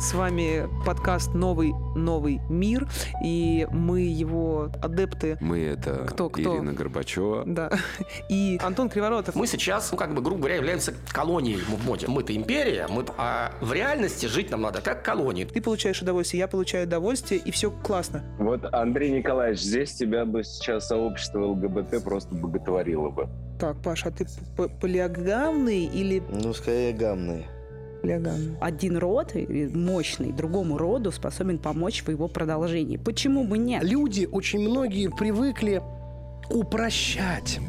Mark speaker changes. Speaker 1: С вами подкаст «Новый, новый мир», и мы его адепты,
Speaker 2: Мы это
Speaker 1: Кто, кто?
Speaker 2: Ирина Горбачева.
Speaker 1: да, и Антон Криворотов.
Speaker 3: Мы сейчас, ну, как бы, грубо говоря, являемся колонией в моде. Мы-то империя, мы... а в реальности жить нам надо как колонии.
Speaker 1: Ты получаешь удовольствие, я получаю удовольствие, и все классно.
Speaker 4: Вот, Андрей Николаевич, здесь тебя бы сейчас сообщество ЛГБТ просто боготворило бы.
Speaker 1: Так, Паша, а ты п- полиагамный или
Speaker 5: Ну, скорее гамный.
Speaker 1: полиагамный?
Speaker 6: Один род э, мощный другому роду способен помочь в его продолжении. Почему бы нет?
Speaker 7: Люди, очень многие привыкли упрощать.